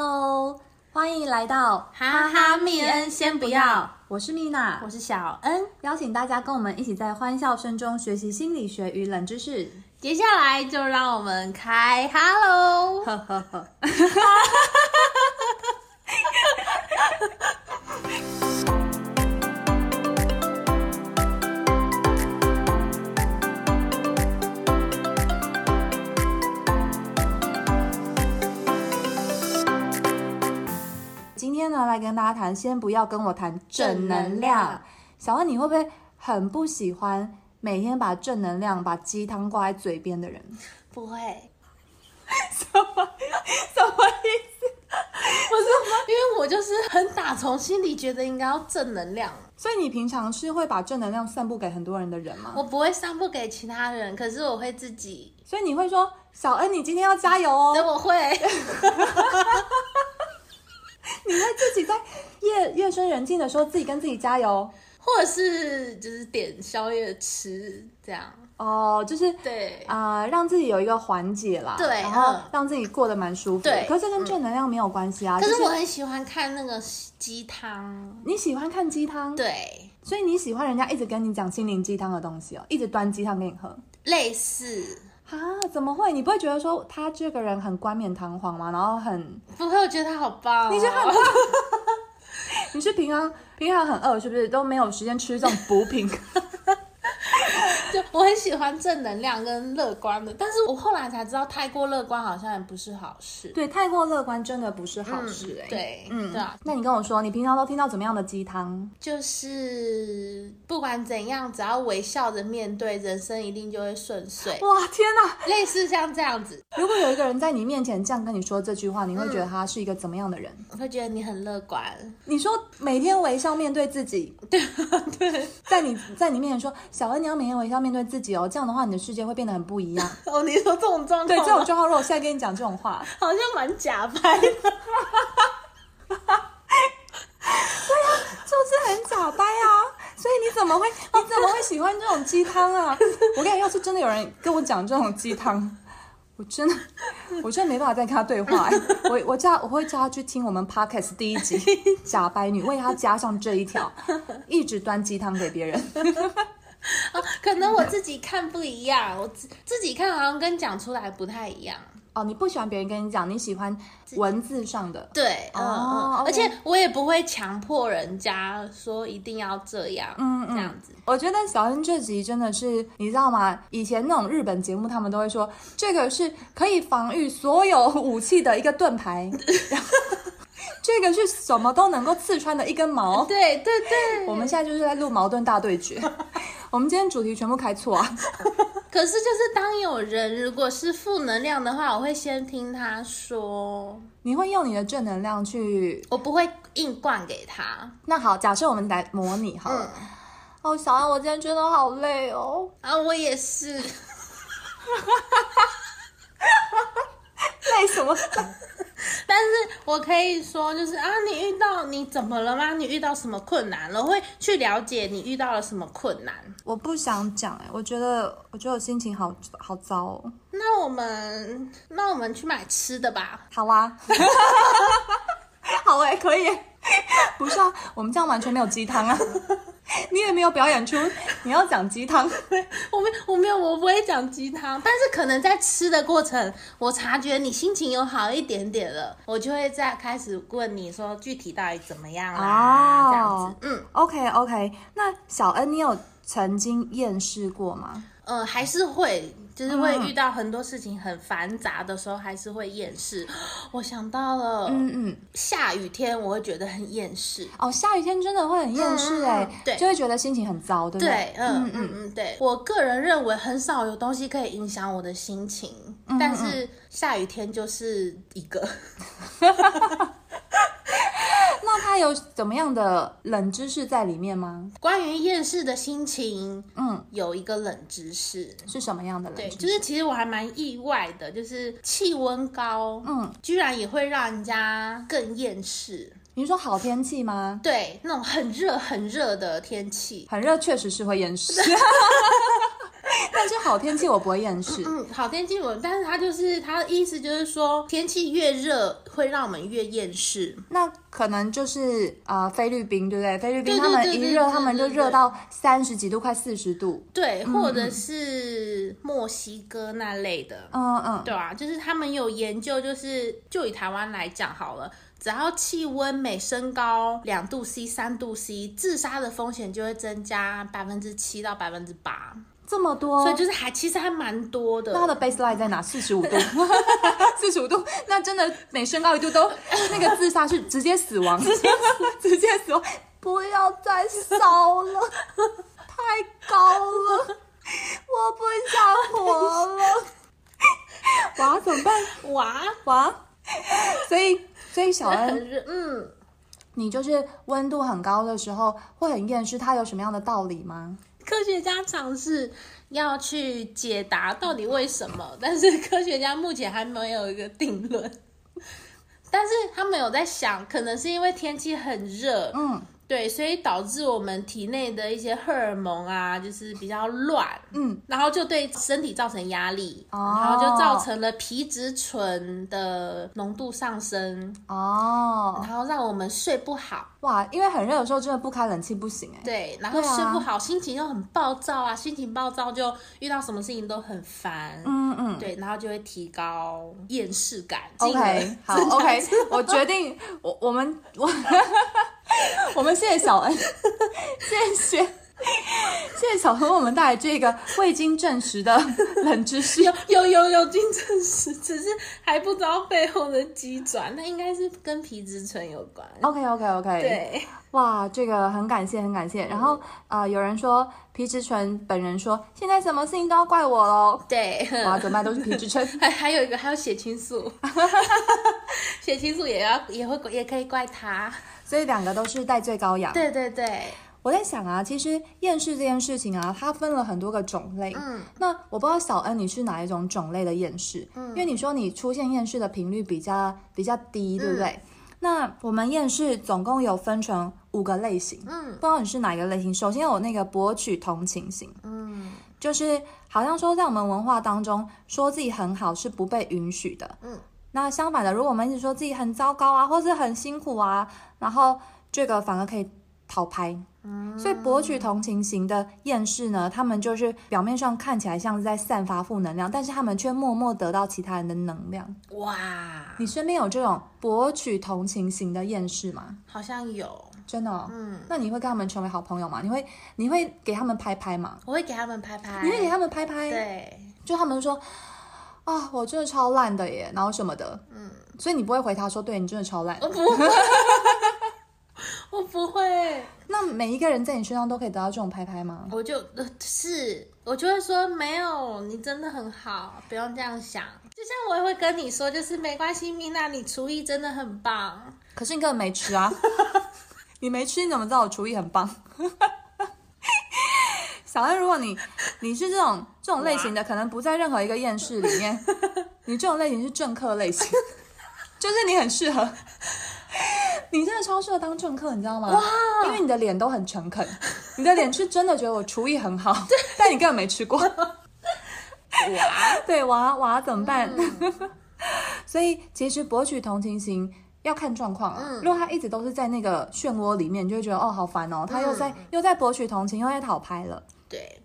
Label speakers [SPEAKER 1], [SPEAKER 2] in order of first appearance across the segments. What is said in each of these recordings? [SPEAKER 1] Hello，欢迎来到
[SPEAKER 2] 哈哈密恩先不要，
[SPEAKER 1] 我是米娜
[SPEAKER 2] 我，是小恩。
[SPEAKER 1] 邀请大家跟我们一起在欢笑声中学习心理学与冷知识。
[SPEAKER 2] 接下来就让我们开哈喽。
[SPEAKER 1] 呵呵呵。今天呢，来跟大家谈，先不要跟我谈正能
[SPEAKER 2] 正能
[SPEAKER 1] 量
[SPEAKER 2] 量。
[SPEAKER 1] 小问你会不会很不喜欢每天把正能量、把鸡汤挂在嘴边的 人？
[SPEAKER 2] 不会，
[SPEAKER 1] 什么意思？
[SPEAKER 2] 不是，因为我就是很打从心里觉得应该要正能量，
[SPEAKER 1] 所以你平常是会把正能量散布给很多人的人吗？
[SPEAKER 2] 我不会散布给其他人，可是我会自己，
[SPEAKER 1] 所以你会说小恩，你今天要加油
[SPEAKER 2] 对，
[SPEAKER 1] 哦！
[SPEAKER 2] 我会，
[SPEAKER 1] 你会自己在夜夜深人静的时候自己跟自己加油
[SPEAKER 2] 或者是就是点宵夜吃这样，
[SPEAKER 1] 哦，就是
[SPEAKER 2] 对，
[SPEAKER 1] 啊、呃让自己有一个缓解啦，
[SPEAKER 2] 对
[SPEAKER 1] 然后
[SPEAKER 2] 嗯
[SPEAKER 1] 让自己过得蛮舒服的。
[SPEAKER 2] 对嗯
[SPEAKER 1] 可是这跟正能量没有关系啊。
[SPEAKER 2] 可
[SPEAKER 1] 就是
[SPEAKER 2] 我很喜欢看那个鸡汤，
[SPEAKER 1] 你喜欢看鸡汤，，
[SPEAKER 2] 对，
[SPEAKER 1] 所以你喜欢人家一直跟你讲心灵鸡汤的东西哦，一直端鸡汤给你喝。
[SPEAKER 2] 类似。
[SPEAKER 1] 啊，怎么会？你不会觉得说他这个人很冠冕堂皇吗？然后很，
[SPEAKER 2] 不会，我觉得他好棒、哦
[SPEAKER 1] 你觉得他很棒你是平常平常很饿是不是？都没有时间吃这种补 品？
[SPEAKER 2] 就 我很喜欢正能量跟乐观的，但是我后来才知道，太过乐观好像也不是好事。
[SPEAKER 1] 对，太过乐观真的不是好事哎、
[SPEAKER 2] 对，
[SPEAKER 1] 嗯，
[SPEAKER 2] 对啊，
[SPEAKER 1] 那你跟我说，你平常都听到怎么样的鸡汤？
[SPEAKER 2] 就是不管怎样，只要微笑着面对，人生一定就会 顺遂。
[SPEAKER 1] 哇，天哪！
[SPEAKER 2] 类似像这样子，
[SPEAKER 1] 如果有一个人在你面前这样跟你说这句话，你会觉得他是一个怎么样的人？
[SPEAKER 2] 我会觉得你很乐观。
[SPEAKER 1] 你说每天微笑面对自己，对对，在你在你面前说，小恩，你要每天微笑面对自己哦，这样的话，你的世界会变得很不一样。
[SPEAKER 2] 哦，你说这种状况，
[SPEAKER 1] 对，这 种状况，如果我现在跟你讲这种话，
[SPEAKER 2] 好像蛮假掰的。
[SPEAKER 1] 就是很假掰啊！所以你怎么会你怎么会喜欢这种鸡汤啊？我跟你讲，要是真的有人跟我讲这种鸡汤，我真的我真的没办法再跟他对话、欸我我叫我会叫他去听我们 podcast 第一集《假掰女》，为他加上这一条，一直端鸡汤给别人。
[SPEAKER 2] 哦可能我自己看不一样，我自自己看好像跟讲出来不太一样。
[SPEAKER 1] 哦，你不喜欢别人跟你讲，你喜欢文字上的。
[SPEAKER 2] 对，嗯嗯，
[SPEAKER 1] 哦
[SPEAKER 2] 而
[SPEAKER 1] OK
[SPEAKER 2] 且我也不会强迫人家说一定要这样，
[SPEAKER 1] 嗯嗯
[SPEAKER 2] 这样子。
[SPEAKER 1] 我觉得小恩这集真的是，你知道吗？以前那种日本节目，他们都会说这个是可以防御所有武器的一个盾牌， 然后这个是什么都能够刺穿的一根矛。
[SPEAKER 2] 对对对，
[SPEAKER 1] 我们现在就是在录矛盾大对决， 我们今天主题全部开错啊！
[SPEAKER 2] 可是就是当有人如果是负能量的话，我会先听他说，
[SPEAKER 1] 你会用你的正能量去……
[SPEAKER 2] 我不会硬灌给他
[SPEAKER 1] 那好，假设我们来模拟好了。哦，小恩，我今天真的好累哦，
[SPEAKER 2] 啊。我也是，
[SPEAKER 1] 累什么？
[SPEAKER 2] 但是我可以说就是啊，你遇到你怎么了吗？你遇到什么困难了？我会去了解你遇到了什么困难。
[SPEAKER 1] 我不想讲哎、我觉得，我觉得我心情好好糟哦。
[SPEAKER 2] 那我们那我们去买吃的吧。
[SPEAKER 1] 好啊， 好哎、可以耶。不是啊，我们这样完全没有鸡汤啊。 你也没有表演出你要讲鸡汤，
[SPEAKER 2] 我没我没有我不会讲鸡汤，但是可能在吃的过程，我察觉你心情有好一点点了，我就会再开始问你说具体到底怎么样啦、
[SPEAKER 1] 哦
[SPEAKER 2] 这样子，嗯。
[SPEAKER 1] OK OK，那小恩，你有曾经厌世过吗？
[SPEAKER 2] 呃，还是会，就是会遇到很多事情很繁杂的时候，还是会厌世。我想到了，
[SPEAKER 1] 嗯嗯，
[SPEAKER 2] 下雨天我会觉得很厌世。
[SPEAKER 1] 哦，下雨天真的会很厌世哎、
[SPEAKER 2] 嗯嗯嗯对
[SPEAKER 1] 就会觉得心情很糟，对不
[SPEAKER 2] 对，嗯
[SPEAKER 1] 嗯
[SPEAKER 2] 嗯嗯，对我个人认为很少有东西可以影响我的心情，但是下雨天就是一个。
[SPEAKER 1] 那他有怎么样的冷知识在里面吗？
[SPEAKER 2] 关于厌世的心情，
[SPEAKER 1] 嗯，
[SPEAKER 2] 有一个冷知识，
[SPEAKER 1] 是什么样的冷
[SPEAKER 2] 对，
[SPEAKER 1] 知识？
[SPEAKER 2] 就是其实我还蛮意外的，就是气温高，
[SPEAKER 1] 嗯，
[SPEAKER 2] 居然也会让人家更厌世。
[SPEAKER 1] 你说好天气吗？
[SPEAKER 2] 对，那种很热很热的天气。
[SPEAKER 1] 很热确实是会 厌世，但是好
[SPEAKER 2] 嗯
[SPEAKER 1] 天气我不会厌世。
[SPEAKER 2] 嗯，好天气我，但是它就是它的意思就是说，天气越热会让我们越厌世。
[SPEAKER 1] 那可能就是呃菲律宾，对不对？菲律
[SPEAKER 2] 对
[SPEAKER 1] 宾
[SPEAKER 2] 对
[SPEAKER 1] 他们
[SPEAKER 2] 对对
[SPEAKER 1] 一
[SPEAKER 2] 对
[SPEAKER 1] 热，
[SPEAKER 2] 对
[SPEAKER 1] 他们就
[SPEAKER 2] 对对
[SPEAKER 1] 热到三十几度，快四十度。
[SPEAKER 2] 对，或者是墨西哥那类的，
[SPEAKER 1] 嗯嗯，
[SPEAKER 2] 对啊，就是他们有研究，就是就以台湾来讲好了，只要气温每升高两度 C、三度 C，自杀的风险就会增加百分之七到百分之八，
[SPEAKER 1] 这么多。
[SPEAKER 2] 所以就是还其实还蛮多的。
[SPEAKER 1] 那它的 baseline 在哪？四十五 度，四十五度，那真的每升高一度都那个自杀是直接死亡，直接直接死亡，不要再烧 了，太高了，我不想活 了。哇，怎么办？
[SPEAKER 2] 哇，
[SPEAKER 1] 哇，所以所以小恩
[SPEAKER 2] 很热，嗯，
[SPEAKER 1] 你就是温度很高的时候会很厌世，它有什么样的道理吗？
[SPEAKER 2] 科学家尝试要去解答到底为什么，但是 科学家目前还没有一个定论。 但是他们有在想，可能是因为天气很热，
[SPEAKER 1] 嗯
[SPEAKER 2] 对，所以导致我们体内的一些荷尔蒙啊，就是比较乱，
[SPEAKER 1] 嗯，
[SPEAKER 2] 然后就对身体造成压力，
[SPEAKER 1] 哦
[SPEAKER 2] 然后就造成了皮质醇的浓度上升，
[SPEAKER 1] 哦，
[SPEAKER 2] 然后让我们睡不好。
[SPEAKER 1] 哇，因为很热的时候真的不开冷气不行哎、
[SPEAKER 2] 对，然后
[SPEAKER 1] 对啊
[SPEAKER 2] 睡不好，心情又很暴躁啊，心情暴躁就遇到什么事情都很烦，
[SPEAKER 1] 嗯嗯。
[SPEAKER 2] 对，然后就会提高厌世感。进而
[SPEAKER 1] OK，好，OK，我决定，我我们我我们谢谢小 恩，谢谢谢谢小恩为我们带来这个未经证实的冷知识。
[SPEAKER 2] 有有有有进证实，只是还不知道背后的机转，那应该是跟皮质醇有关。
[SPEAKER 1] OK OK OK，，
[SPEAKER 2] 对，
[SPEAKER 1] 哇，这个很感谢，很感谢。然后呃，有人说皮质醇本人说，现在什么事情都要怪我喽。
[SPEAKER 2] 对，
[SPEAKER 1] 哇，怎么办？都是皮质醇。
[SPEAKER 2] 还还有一个还有血清素，血清素也要也会也可以怪他。
[SPEAKER 1] 所以两个都是戴罪羔羊。
[SPEAKER 2] 对对对，
[SPEAKER 1] 我在想啊，其实厌世这件事情啊，它分了很多个种类。
[SPEAKER 2] 嗯，
[SPEAKER 1] 那我不知道小恩你是哪一种种类的厌世，因为你说你出现厌世的频率比较比较低，对不对？那我们厌世总共有分成五个类型，
[SPEAKER 2] 嗯
[SPEAKER 1] 不知道你是哪一个类型。首先有那个博取同情型，
[SPEAKER 2] 嗯
[SPEAKER 1] 就是好像说在我们文化当中，说自己很好是不被允许的。
[SPEAKER 2] 嗯，
[SPEAKER 1] 那相反的，如果我们一直说自己很糟糕啊，或是很辛苦啊，然后这个反而可以讨拍。
[SPEAKER 2] 嗯，
[SPEAKER 1] 所以博取同情型的厌世呢，他们就是表面上看起来像是在散发负能量，但是他们却默默得到其他人的能量。
[SPEAKER 2] 哇，
[SPEAKER 1] 你身边有这种博取同情型的厌世吗？
[SPEAKER 2] 好像有，
[SPEAKER 1] 真的、哦？
[SPEAKER 2] 嗯，
[SPEAKER 1] 那你会跟他们成为好朋友吗？你会你会给他们拍拍吗？
[SPEAKER 2] 我会给他们拍拍，
[SPEAKER 1] 你会给他们拍拍？
[SPEAKER 2] 哎对，
[SPEAKER 1] 就他们说啊、我真的超烂的耶，然后什么的，
[SPEAKER 2] 嗯，
[SPEAKER 1] 所以你不会回他说，对你真的超烂。
[SPEAKER 2] 我不会，我不会，
[SPEAKER 1] 那每一个人在你身上都可以得到这种拍拍吗？
[SPEAKER 2] 我就呃是我就会说没有，你真的很好，不用这样想。就像我也会跟你说，就是没关系，米娜，你厨艺真的很棒。
[SPEAKER 1] 可是你根本没吃啊，你没吃你怎么知道我厨艺很棒？小恩，如果你你是这种这种类型的，可能不在任何一个厌世里面，你这种类型是政客类型，就是你很适合，你真的超适合当政客，你知道吗？因为你的脸都很诚恳，你的脸是真的觉得我厨艺很好，但你根本没吃过。
[SPEAKER 2] 哇，
[SPEAKER 1] 对娃娃怎么办？ 所以其实博取同情心要看状况啊。如果他一直都是在那个漩涡里面，你就会觉得哦好烦哦，他又在、又在博取同情，又在讨拍了。
[SPEAKER 2] 对，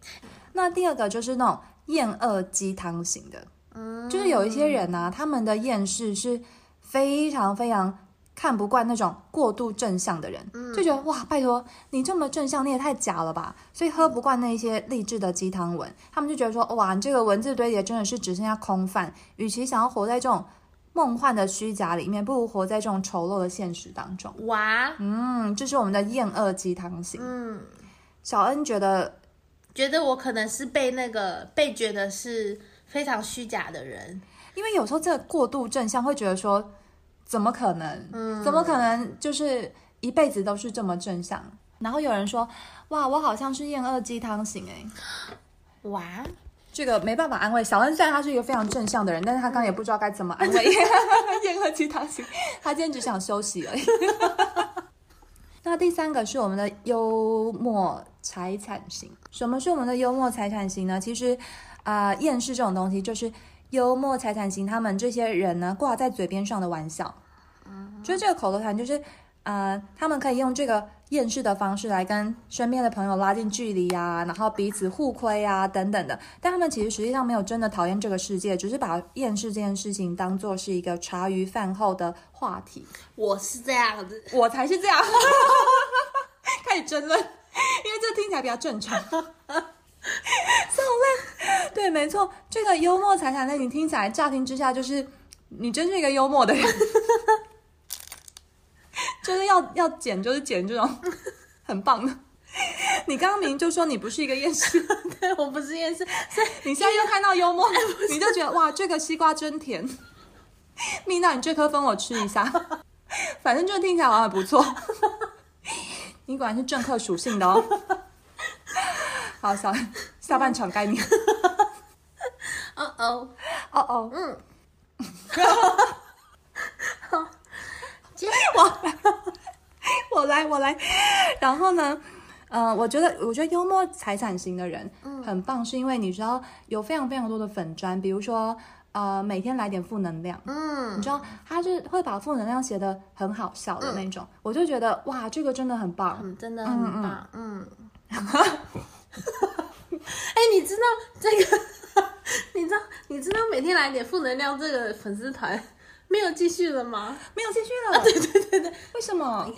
[SPEAKER 1] 那第二个就是那种厌恶鸡汤型的，
[SPEAKER 2] 嗯，
[SPEAKER 1] 就是有一些人啊，他们的厌世是非常非常。看不惯那种过度正向的人，
[SPEAKER 2] 嗯
[SPEAKER 1] 就觉得哇，拜托你这么正向，你也太假了吧！所以喝不惯那些励志的鸡汤文，他们就觉得说哇，你这个文字堆叠真的是只剩下空泛。与其想要活在这种梦幻的虚假里面，不如活在这种丑陋的现实当中。
[SPEAKER 2] 哇，
[SPEAKER 1] 嗯，这是我们的厌恶鸡汤型。
[SPEAKER 2] 嗯，
[SPEAKER 1] 小恩觉得
[SPEAKER 2] 觉得我可能是被那个被觉得是非常虚假的人，
[SPEAKER 1] 因为有时候这个过度正向会觉得说，怎么可能？
[SPEAKER 2] 嗯
[SPEAKER 1] 怎么可能就是一辈子都是这么正向？然后有人说，哇，我好像是厌恶鸡汤型哎、
[SPEAKER 2] 哇，
[SPEAKER 1] 这个没办法安慰。小恩虽然他是一个非常正向的人，但是他刚刚也不知道该怎么安慰厌恶鸡汤型，他今天只想休息而已。 那第三个是我们的幽默财产型。什么是我们的幽默财产型呢？其实，啊，厌世这种东西就是幽默财产型，他们这些人呢挂在嘴边上的玩笑。就是这个口头禅，就是呃，他们可以用这个厌世的方式来跟身边的朋友拉近距离啊，然后彼此互亏啊等等的。但他们其实实际上没有真的讨厌这个世界，只是把厌世这件事情当做是一个茶余饭后的话题。
[SPEAKER 2] 我是这样子，
[SPEAKER 1] 我才是这样， 开始争论，因为这听起来比较正常。笑烂，对，没错，这个幽默财产类，你听起来乍听之下就是你真是一个幽默的人， 就是要要剪就是剪这种很棒的。 你刚刚明明就说你不是一个厌世，
[SPEAKER 2] 对我不是厌世，所以
[SPEAKER 1] 你现在又看到幽默，你就觉得哇，这个西瓜真甜。 蜜娜，你这颗分我吃一下， 反正这听起来好像还不错。 你果然是政客属性的哦。好，小下半场该你。
[SPEAKER 2] 哦哦，
[SPEAKER 1] 哦哦，
[SPEAKER 2] 嗯，
[SPEAKER 1] 我来，我来。然后呢，呃，我觉得，我觉得幽默财产型的人很棒，是因为你知道有非常非常多的粉砖，比如说呃，每天来点负能量。你
[SPEAKER 2] 嗯，
[SPEAKER 1] 知道他是会把负能量写的很好笑的那种，我就觉得哇，这个真的很棒。
[SPEAKER 2] 嗯，真的很棒，嗯。 哎、你知道这个？ 你知道你知道每天来点负能量这个粉丝团没有继续了吗？
[SPEAKER 1] 没有继续了，对对对对，为什么？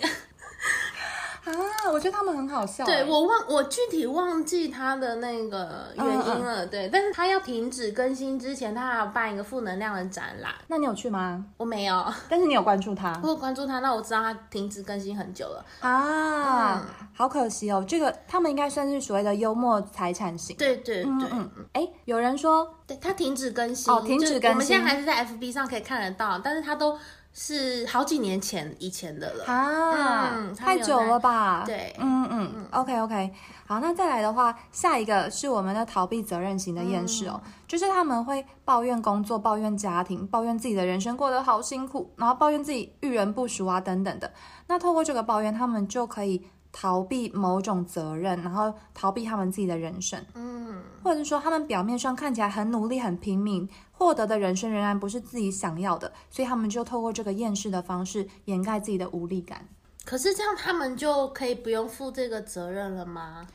[SPEAKER 1] 啊，我觉得他们很好笑、
[SPEAKER 2] 对
[SPEAKER 1] 哎
[SPEAKER 2] 我忘我具体忘记他的那个原因了，对，但是他要停止更新之前，他还要办一个负能量的展览，
[SPEAKER 1] 那你有去吗？
[SPEAKER 2] 我没有，
[SPEAKER 1] 但是你有关注他
[SPEAKER 2] 我有关注他，那我知道他停止更新很久了，嗯
[SPEAKER 1] 啊？好可惜哦，这个他们应该算是所谓的幽默财产型。
[SPEAKER 2] 对对对，
[SPEAKER 1] 嗯嗯，哎、有人说
[SPEAKER 2] 对他停止更新，
[SPEAKER 1] 哦停止
[SPEAKER 2] 就
[SPEAKER 1] 更新
[SPEAKER 2] 我们现在还是在 FB 上可以看得到，但是他都是好几年前以前的了，
[SPEAKER 1] 啊、
[SPEAKER 2] 嗯他
[SPEAKER 1] 太
[SPEAKER 2] 没有
[SPEAKER 1] 久
[SPEAKER 2] 在
[SPEAKER 1] 了吧？
[SPEAKER 2] 对
[SPEAKER 1] 嗯嗯 o k OK，好，那再来的话，下一个是我们的逃避责任型的厌世哦，就是他们会抱怨工作、抱怨家庭、抱怨自己的人生过得好辛苦，然后抱怨自己遇人不淑啊等等的。那透过这个抱怨，他们就可以逃避某种责任，然后逃避他们自己的人生，
[SPEAKER 2] 嗯，
[SPEAKER 1] 或者是说他们表面上看起来很努力、很拼命，获得的人生仍然不是自己想要的，所以他们就透过这个厌世的方式掩盖自己的无力感。
[SPEAKER 2] 可是这样他们就可以不用负这个责任了吗？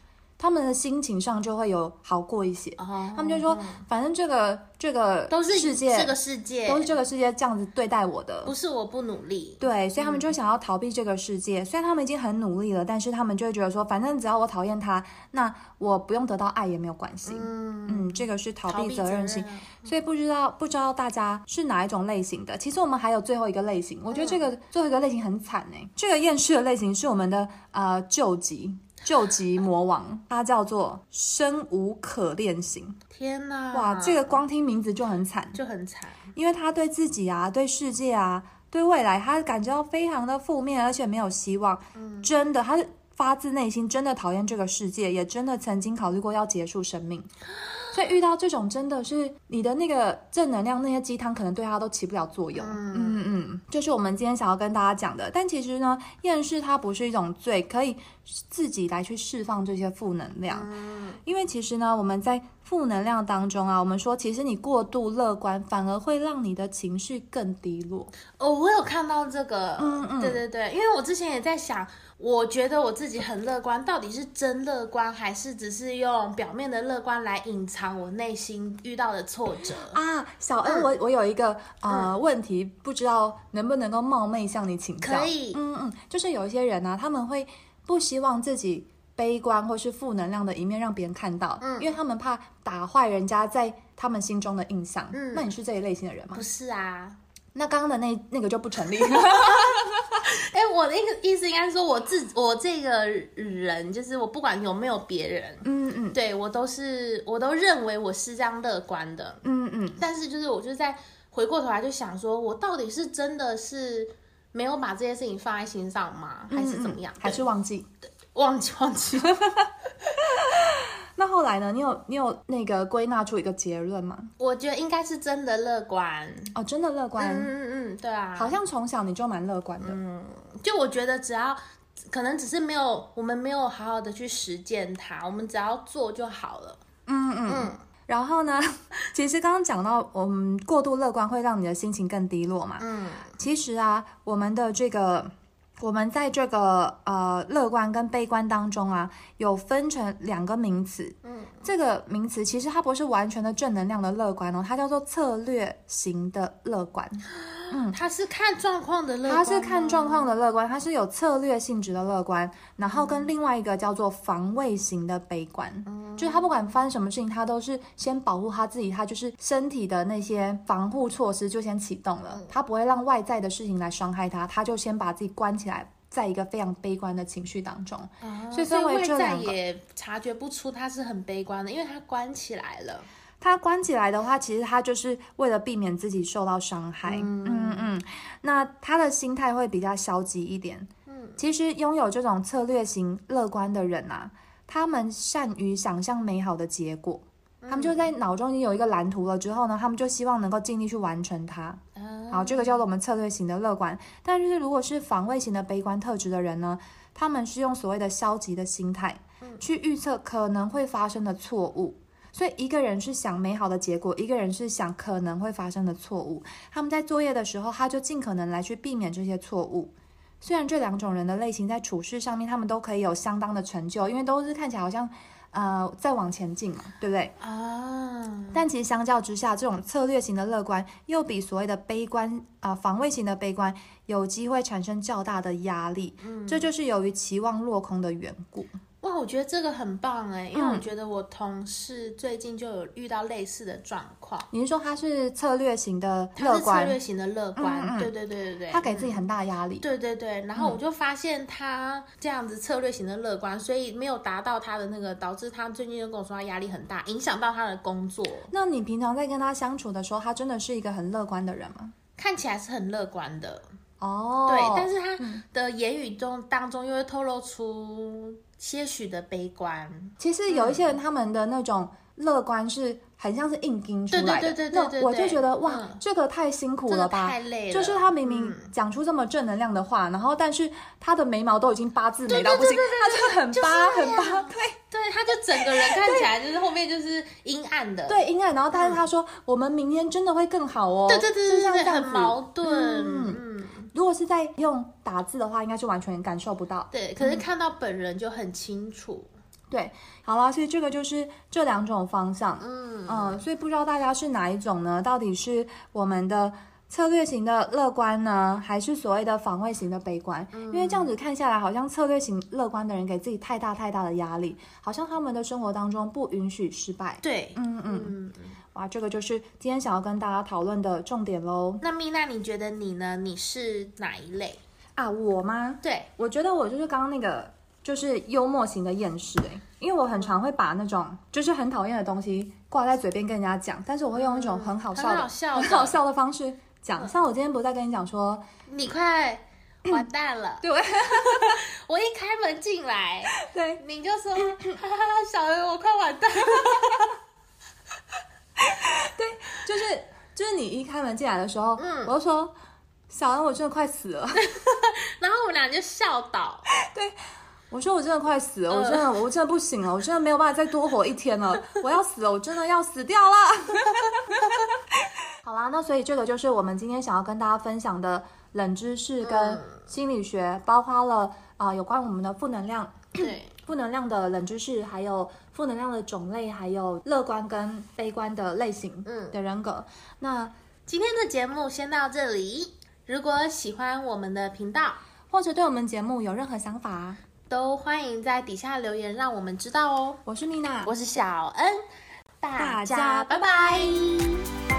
[SPEAKER 1] 他们的心情上就会有好过一些，
[SPEAKER 2] 哦，
[SPEAKER 1] 他们就说，反正这个这个
[SPEAKER 2] 都是
[SPEAKER 1] 世界
[SPEAKER 2] 这个世界，
[SPEAKER 1] 都是这个世界这样子对待我的
[SPEAKER 2] 不，是嗯我不努力，
[SPEAKER 1] 对，所以他们就想要逃避这个世界。虽然他们已经很努力了，但是他们就会觉得说，反正只要我讨厌他，那我不用得到爱也没有关系。
[SPEAKER 2] 嗯，
[SPEAKER 1] 嗯，这个是逃
[SPEAKER 2] 逃
[SPEAKER 1] 避
[SPEAKER 2] 避
[SPEAKER 1] 责任型，
[SPEAKER 2] 啊
[SPEAKER 1] 所以不知道不知道大家是哪一种类型的。其实我们还有最后一个类型，我觉得这个、最后一个类型很惨哎、这个厌世的类型是我们的呃救急救急魔王，它叫做生无可恋型。
[SPEAKER 2] 天哪！
[SPEAKER 1] 哇，这个光听名字就很惨，
[SPEAKER 2] 就很惨。
[SPEAKER 1] 因为他对自己啊、对世界啊、对未来，他感觉到非常的负面，而且没有希望。真的，他是发自内心真的讨厌这个世界，也真的曾经考虑过要结束生命。所以遇到这种，真的是你的那个正能量，那些鸡汤可能对他都起不了作用。嗯嗯嗯，这是我们今天想要跟大家讲的。但其实呢，厌世它不是一种罪，可以自己来去释放这些负能量。因为其实呢，我们在负能量当中啊，我们说其实你过度乐观，反而会让你的情绪更低落。
[SPEAKER 2] 哦，我有看到这个，
[SPEAKER 1] 嗯嗯
[SPEAKER 2] 对对对，因为我之前也在想，我觉得我自己很乐观，到底是真乐观，还是只是用表面的乐观来隐藏我内心遇到的挫折？
[SPEAKER 1] 啊，小恩，我我有一个呃、问题，不知道能不能够冒昧向你请教？
[SPEAKER 2] 可以
[SPEAKER 1] 嗯嗯，就是有一些人呢、他们会不希望自己悲观或是负能量的一面让别人看到，因为他们怕打坏人家在他们心中的印象。
[SPEAKER 2] 嗯
[SPEAKER 1] 那你是这一类型的人吗
[SPEAKER 2] 不？是啊，
[SPEAKER 1] 那刚刚的那那个就不成立。
[SPEAKER 2] 哎，我的一个意思应该说，我自我这个人，就是我不管有没有别人，
[SPEAKER 1] 嗯嗯
[SPEAKER 2] 对我都是，我都认为我是这样乐观的，
[SPEAKER 1] 嗯嗯，
[SPEAKER 2] 但是就是我就在回过头来就想说，我到底是真的是没有把这些事情放在心上吗？还是怎么样？
[SPEAKER 1] 嗯还是忘记。
[SPEAKER 2] 忘记 忘记？
[SPEAKER 1] 那后来呢？你有你有那个归纳出一个结论吗？
[SPEAKER 2] 我觉得应该是真的乐观。
[SPEAKER 1] 哦，真的乐观，
[SPEAKER 2] 嗯嗯嗯，对啊，
[SPEAKER 1] 好像从小你就蛮乐观的。
[SPEAKER 2] 就我觉得只要可能只是没有我们没有好好的去实践它，我们只要做就好了。
[SPEAKER 1] 嗯嗯
[SPEAKER 2] 嗯，
[SPEAKER 1] 然后呢， 其实刚刚讲到，我们过度乐观会让你的心情更低落嘛。
[SPEAKER 2] 嗯，
[SPEAKER 1] 其实啊，我们的这个，我们在这个呃乐观跟悲观当中啊，有分成两个名词。
[SPEAKER 2] 嗯，
[SPEAKER 1] 这个名词其实它不是完全的正能量的乐观哦，它叫做策略型的乐观。
[SPEAKER 2] 他是看状况的
[SPEAKER 1] 嗯
[SPEAKER 2] 乐观啊
[SPEAKER 1] 它
[SPEAKER 2] 吗，
[SPEAKER 1] 是看状况的乐观，它是有策略性质的乐观，然后
[SPEAKER 2] 嗯
[SPEAKER 1] 跟另外一个叫做防卫型的悲观，
[SPEAKER 2] 哦
[SPEAKER 1] 就是他不管发生什么事情，他都是先保护他自己，他就是身体的那些防护措施就先启动
[SPEAKER 2] 嗯
[SPEAKER 1] 了，他不会让外在的事情来伤害他，他就先把自己关起来，在一个非常悲观的情绪当中。
[SPEAKER 2] 啊，
[SPEAKER 1] 所以
[SPEAKER 2] 所
[SPEAKER 1] 分
[SPEAKER 2] 以
[SPEAKER 1] 为
[SPEAKER 2] 外
[SPEAKER 1] 这
[SPEAKER 2] 在
[SPEAKER 1] 两个
[SPEAKER 2] 也察觉不出他是很悲观的，因为他关起来了。
[SPEAKER 1] 他关起来的话，其实他就是为了避免自己受到伤害。嗯嗯那他的心态会比较消极一点。
[SPEAKER 2] 嗯，
[SPEAKER 1] 其实拥有这种策略型乐观的人啊，他们善于想象美好的结果，他们就在脑中已经有一个蓝图了之后呢，他们就希望能够尽力去完成它。
[SPEAKER 2] 啊，
[SPEAKER 1] 好，这个叫做我们策略型的乐观。但是如果是防卫型的悲观特质的人呢，他们是用所谓的消极的心态去预测可能会发生的错误。所以一个人是想美好的结果，一个人是想可能会发生的错误。他们在作业的时候，他就尽可能来去避免这些错误。虽然这两种人的类型在处事上面，他们都可以有相当的成就，因为都是看起来好像，呃，在往前进嘛，对不对？
[SPEAKER 2] 嗯啊，
[SPEAKER 1] 但其实相较之下，这种策略型的乐观又比所谓的悲观啊、防卫型的悲观有机会产生较大的压力。嗯，这就是由于期望落空的缘故。
[SPEAKER 2] 哇，我觉得这个很棒哎，因
[SPEAKER 1] 嗯
[SPEAKER 2] 为我觉得我同事最近就有遇到类似的状况，
[SPEAKER 1] 你是说他是策略型的
[SPEAKER 2] 他
[SPEAKER 1] 乐
[SPEAKER 2] 是策
[SPEAKER 1] 观，
[SPEAKER 2] 略型的乐观，
[SPEAKER 1] 嗯嗯嗯
[SPEAKER 2] 对对对对对，
[SPEAKER 1] 他给自己很大压力。
[SPEAKER 2] 对对对，然
[SPEAKER 1] 嗯
[SPEAKER 2] 后我就发现他这样子策略型的乐观，所以没有达到他的那个，导致他最近就跟我说他压力很大，影响到他的工作。
[SPEAKER 1] 那你平常在跟他相处的时候，他真的是一个很乐观的人吗？
[SPEAKER 2] 看起来是很乐观的，
[SPEAKER 1] 哦，
[SPEAKER 2] 对，但是他的言语中当中又会透露出些许的悲观。
[SPEAKER 1] 其实有一些人他们的那种乐观是很像是硬盯出来的，
[SPEAKER 2] 对对对对对对
[SPEAKER 1] 那我就觉得
[SPEAKER 2] 嗯
[SPEAKER 1] 哇，这个太辛苦
[SPEAKER 2] 真
[SPEAKER 1] 了
[SPEAKER 2] 的
[SPEAKER 1] 吧，
[SPEAKER 2] 太累了，嗯
[SPEAKER 1] 就是他明明讲出这么正能量的话，然后但是他的眉毛都已经八字眉到不行，他就很八很八，对
[SPEAKER 2] 对，他就整个人看起来就是后面就是阴暗的，
[SPEAKER 1] 对阴暗。然后但是他说我们明天真的会更好哦，
[SPEAKER 2] 嗯对对对
[SPEAKER 1] 就
[SPEAKER 2] 对
[SPEAKER 1] 像
[SPEAKER 2] 对
[SPEAKER 1] 这
[SPEAKER 2] 对，
[SPEAKER 1] 样
[SPEAKER 2] 很
[SPEAKER 1] 子
[SPEAKER 2] 矛盾，
[SPEAKER 1] 嗯
[SPEAKER 2] 嗯，
[SPEAKER 1] 如果是在用打字的话，应该是完全感受不到。
[SPEAKER 2] 对。可是看到本人就很清楚，
[SPEAKER 1] 对，好了，所以这个就是这两种方向。
[SPEAKER 2] 嗯，
[SPEAKER 1] 嗯，所以不知道大家是哪一种呢？到底是我们的策略型的乐观呢，还是所谓的防卫型的悲观？因为这样子看下来，好像策略型乐观的人给自己太大太大的压力，好像他们的生活当中不允许失败。
[SPEAKER 2] 对，
[SPEAKER 1] 嗯嗯，
[SPEAKER 2] 嗯。
[SPEAKER 1] 哇，这个就是今天想要跟大家讨论的重点喽。
[SPEAKER 2] 那米娜，你觉得你呢？你是哪一类？
[SPEAKER 1] 啊，我吗？
[SPEAKER 2] 对，
[SPEAKER 1] 我觉得我就是刚刚那个，就是幽默型的厌世、欸，因为我很常会把那种就是很讨厌的东西挂在嘴边跟人家讲，但是我会用一种很好
[SPEAKER 2] 很
[SPEAKER 1] 笑的
[SPEAKER 2] 好笑
[SPEAKER 1] 很
[SPEAKER 2] 的，嗯
[SPEAKER 1] 好笑的方式讲。像我今天不是在跟你讲说，
[SPEAKER 2] 你快完蛋了！
[SPEAKER 1] 对
[SPEAKER 2] 我一开门进来，
[SPEAKER 1] 对，
[SPEAKER 2] 你就说哈哈哈，小鱼我快完蛋了。
[SPEAKER 1] 就是就是你一开门进来的时候，
[SPEAKER 2] 嗯
[SPEAKER 1] 我就说小恩，我真的快死了，
[SPEAKER 2] 然后我们俩就笑倒，
[SPEAKER 1] 我说我真的快死了，
[SPEAKER 2] 嗯
[SPEAKER 1] 我真的我真的不行了，我真的没有办法再多活一天了，我要死了，我真的要死掉了。 好啦，那所以这个就是我们今天想要跟大家分享的冷知识跟
[SPEAKER 2] 嗯
[SPEAKER 1] 心理学，包括了啊、有关我们的负能量
[SPEAKER 2] 对，
[SPEAKER 1] 负能量的冷知识，还有负能量的种类，还有乐观跟悲观的类型，
[SPEAKER 2] 嗯
[SPEAKER 1] 的人格。那
[SPEAKER 2] 今天的节目先到这里。如果喜欢我们的频道，
[SPEAKER 1] 或者对我们节目有任何想法，啊
[SPEAKER 2] 都欢迎在底下留言，让我们知道哦。
[SPEAKER 1] 我是蜜娜，
[SPEAKER 2] 我是小恩，
[SPEAKER 1] 大家
[SPEAKER 2] 大家拜拜
[SPEAKER 1] 拜。